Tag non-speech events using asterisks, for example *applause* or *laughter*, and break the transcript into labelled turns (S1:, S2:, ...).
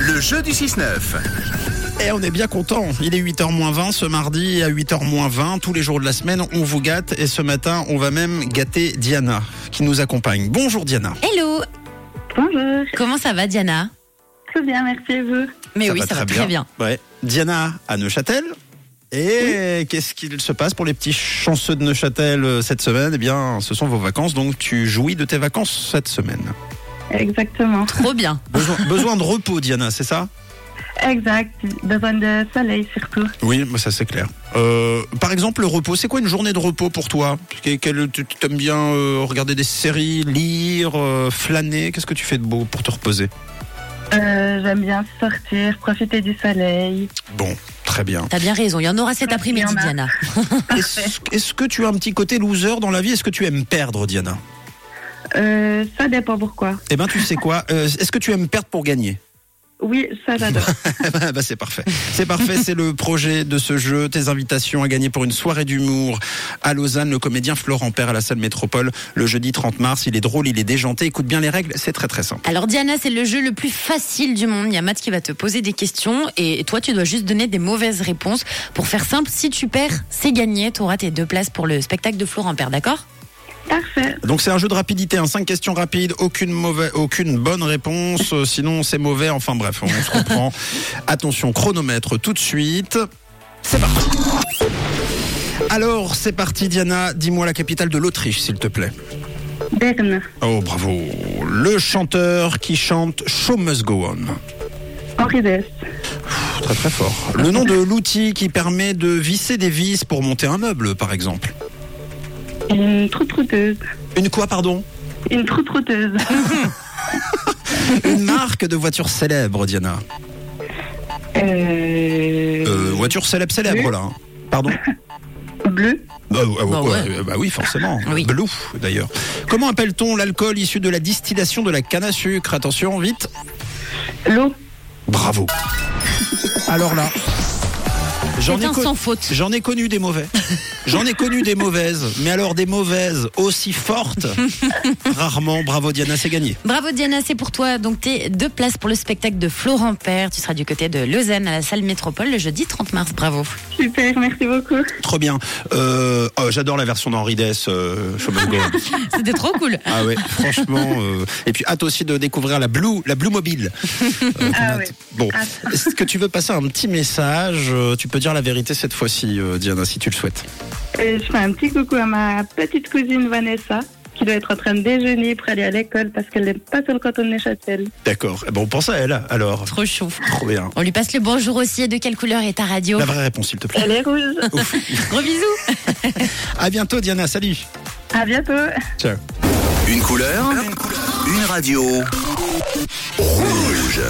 S1: Le jeu du 6-9.
S2: Et on est bien content. Il est 8h moins 20 ce mardi à 8h moins 20 tous les jours de la semaine. On vous gâte et ce matin, on va même gâter Diana qui nous accompagne. Bonjour Diana.
S3: Hello
S4: Bonjour,
S3: Comment ça va Diana
S4: très bien, merci et vous.
S3: Mais oui, ça va très bien.
S2: Ouais. Diana à Neuchâtel. Et qu'est-ce qu'il se passe pour les petits chanceux de Neuchâtel euh, cette semaine Eh bien, ce sont vos vacances, donc tu jouis de tes vacances cette semaine.
S4: Exactement.
S3: Trop bien.
S2: Besoin, *laughs* besoin de repos, Diana, c'est ça
S4: Exact, besoin de soleil surtout.
S2: Oui, bah, ça c'est clair. Euh, par exemple, le repos, c'est quoi une journée de repos pour toi Que- quel- Tu tu aimes bien euh, regarder des séries, lire, euh, flâner Qu'est-ce que tu fais de beau pour te reposer
S4: Euh, J'aime bien sortir, profiter du soleil.
S2: Bon, très
S3: *laughs*
S2: bien.
S3: T'as bien raison. Il y en aura cet
S4: Oui,
S3: après-midi,
S4: il y en a.
S3: Diana.
S4: Parfait.
S2: Est-ce est-ce que tu as un petit côté loser dans la vie Est-ce que tu aimes perdre, Diana
S4: Euh, ça dépend pourquoi.
S2: Eh ben, tu sais quoi euh, Est-ce que tu aimes perdre pour gagner *laughs*
S4: Oui, ça j'adore.
S2: Eh ben, bah, c'est parfait. C'est parfait, c'est le projet de ce jeu. Tes invitations à gagner pour une soirée d'humour à Lausanne, le comédien Florent Père à la salle Métropole, le jeudi 30 mars. Il est drôle, il est déjanté. Écoute bien les règles, c'est très très simple.
S3: Alors Diana, c'est le jeu le plus facile du monde. Il y a Matt qui va te poser des questions et toi, tu dois juste donner des mauvaises réponses. Pour faire simple, si tu perds, c'est gagné. Tu auras tes deux places pour le spectacle de Florent Père, d'accord
S4: Parfait.
S2: Donc c'est un jeu de rapidité, hein. cinq questions rapides, aucune mauvaise, aucune bonne réponse, euh, sinon c'est mauvais. Enfin bref, on se comprend. Attention, chronomètre tout de suite. C'est parti. Alors c'est parti, Diana. Dis-moi la capitale de l'Autriche, s'il te plaît.
S4: Berne,
S2: Oh bravo. Le chanteur qui chante Show Must Go On.
S4: Henri Vest,
S2: Pff, Très très fort. Le nom de l'outil qui permet de visser des vis pour monter un meuble, par exemple.
S4: une troutte-trouteuse.
S2: Une quoi, pardon
S4: Une troutte-trouteuse.
S2: Une marque de voiture célèbre, Diana.
S4: Euh,
S2: Euh, voiture célèbre, célèbre là. hein. Pardon
S4: Bleu,
S2: bah, euh, euh,
S3: Bah ouais. Ah,
S2: euh, bah oui, forcément.
S3: Oui.
S2: Blou, d'ailleurs. Comment appelle-t-on l'alcool issu de la distillation de la canne à sucre Attention, vite.
S4: l'eau.
S2: Bravo. Alors là, j'en ai,
S3: Quelqu'un
S2: con-
S3: sans faute.
S2: j'en ai connu des mauvais. J'en ai connu des mauvaises, mais alors des mauvaises aussi fortes. Rarement, bravo Diana, c'est gagné.
S3: Bravo Diana, c'est pour toi. Donc tes deux places pour le spectacle de Florent Père. Tu seras du côté de Lausanne à la salle Métropole le jeudi 30 mars. Bravo. *laughs*
S4: Super, merci beaucoup.
S2: Trop bien. Euh, oh, J'adore la version d'Henri Dess, euh, Show
S3: *laughs*
S2: Must Go On.
S3: C'était trop cool.
S2: Ah ouais, franchement. euh, Et puis hâte aussi de découvrir la Blue, la Blue Mobile. Euh, qu'on a-
S4: ouais.
S2: Bon,
S4: Ah.
S2: est-ce que tu veux passer un petit message euh, Tu peux dire la vérité cette fois-ci, euh, Diana, si tu le souhaites.
S4: Euh, je fais un petit coucou à ma petite cousine Vanessa, qui doit être en train de déjeuner pour aller à l'école parce qu'elle n'est pas sur le canton de Neuchâtel.
S2: D'accord. Eh ben, on pense à elle, alors.
S3: Trop chou.
S2: Trop bien.
S3: On lui passe le bonjour aussi. Et de quelle couleur est ta radio
S2: La vraie réponse, s'il te plaît.
S4: Elle est rouge.
S2: Ouf.
S3: Gros bisous.
S2: À bientôt, Diana. Salut.
S4: À bientôt.
S2: Ciao.
S1: Une couleur, une radio. Rouge.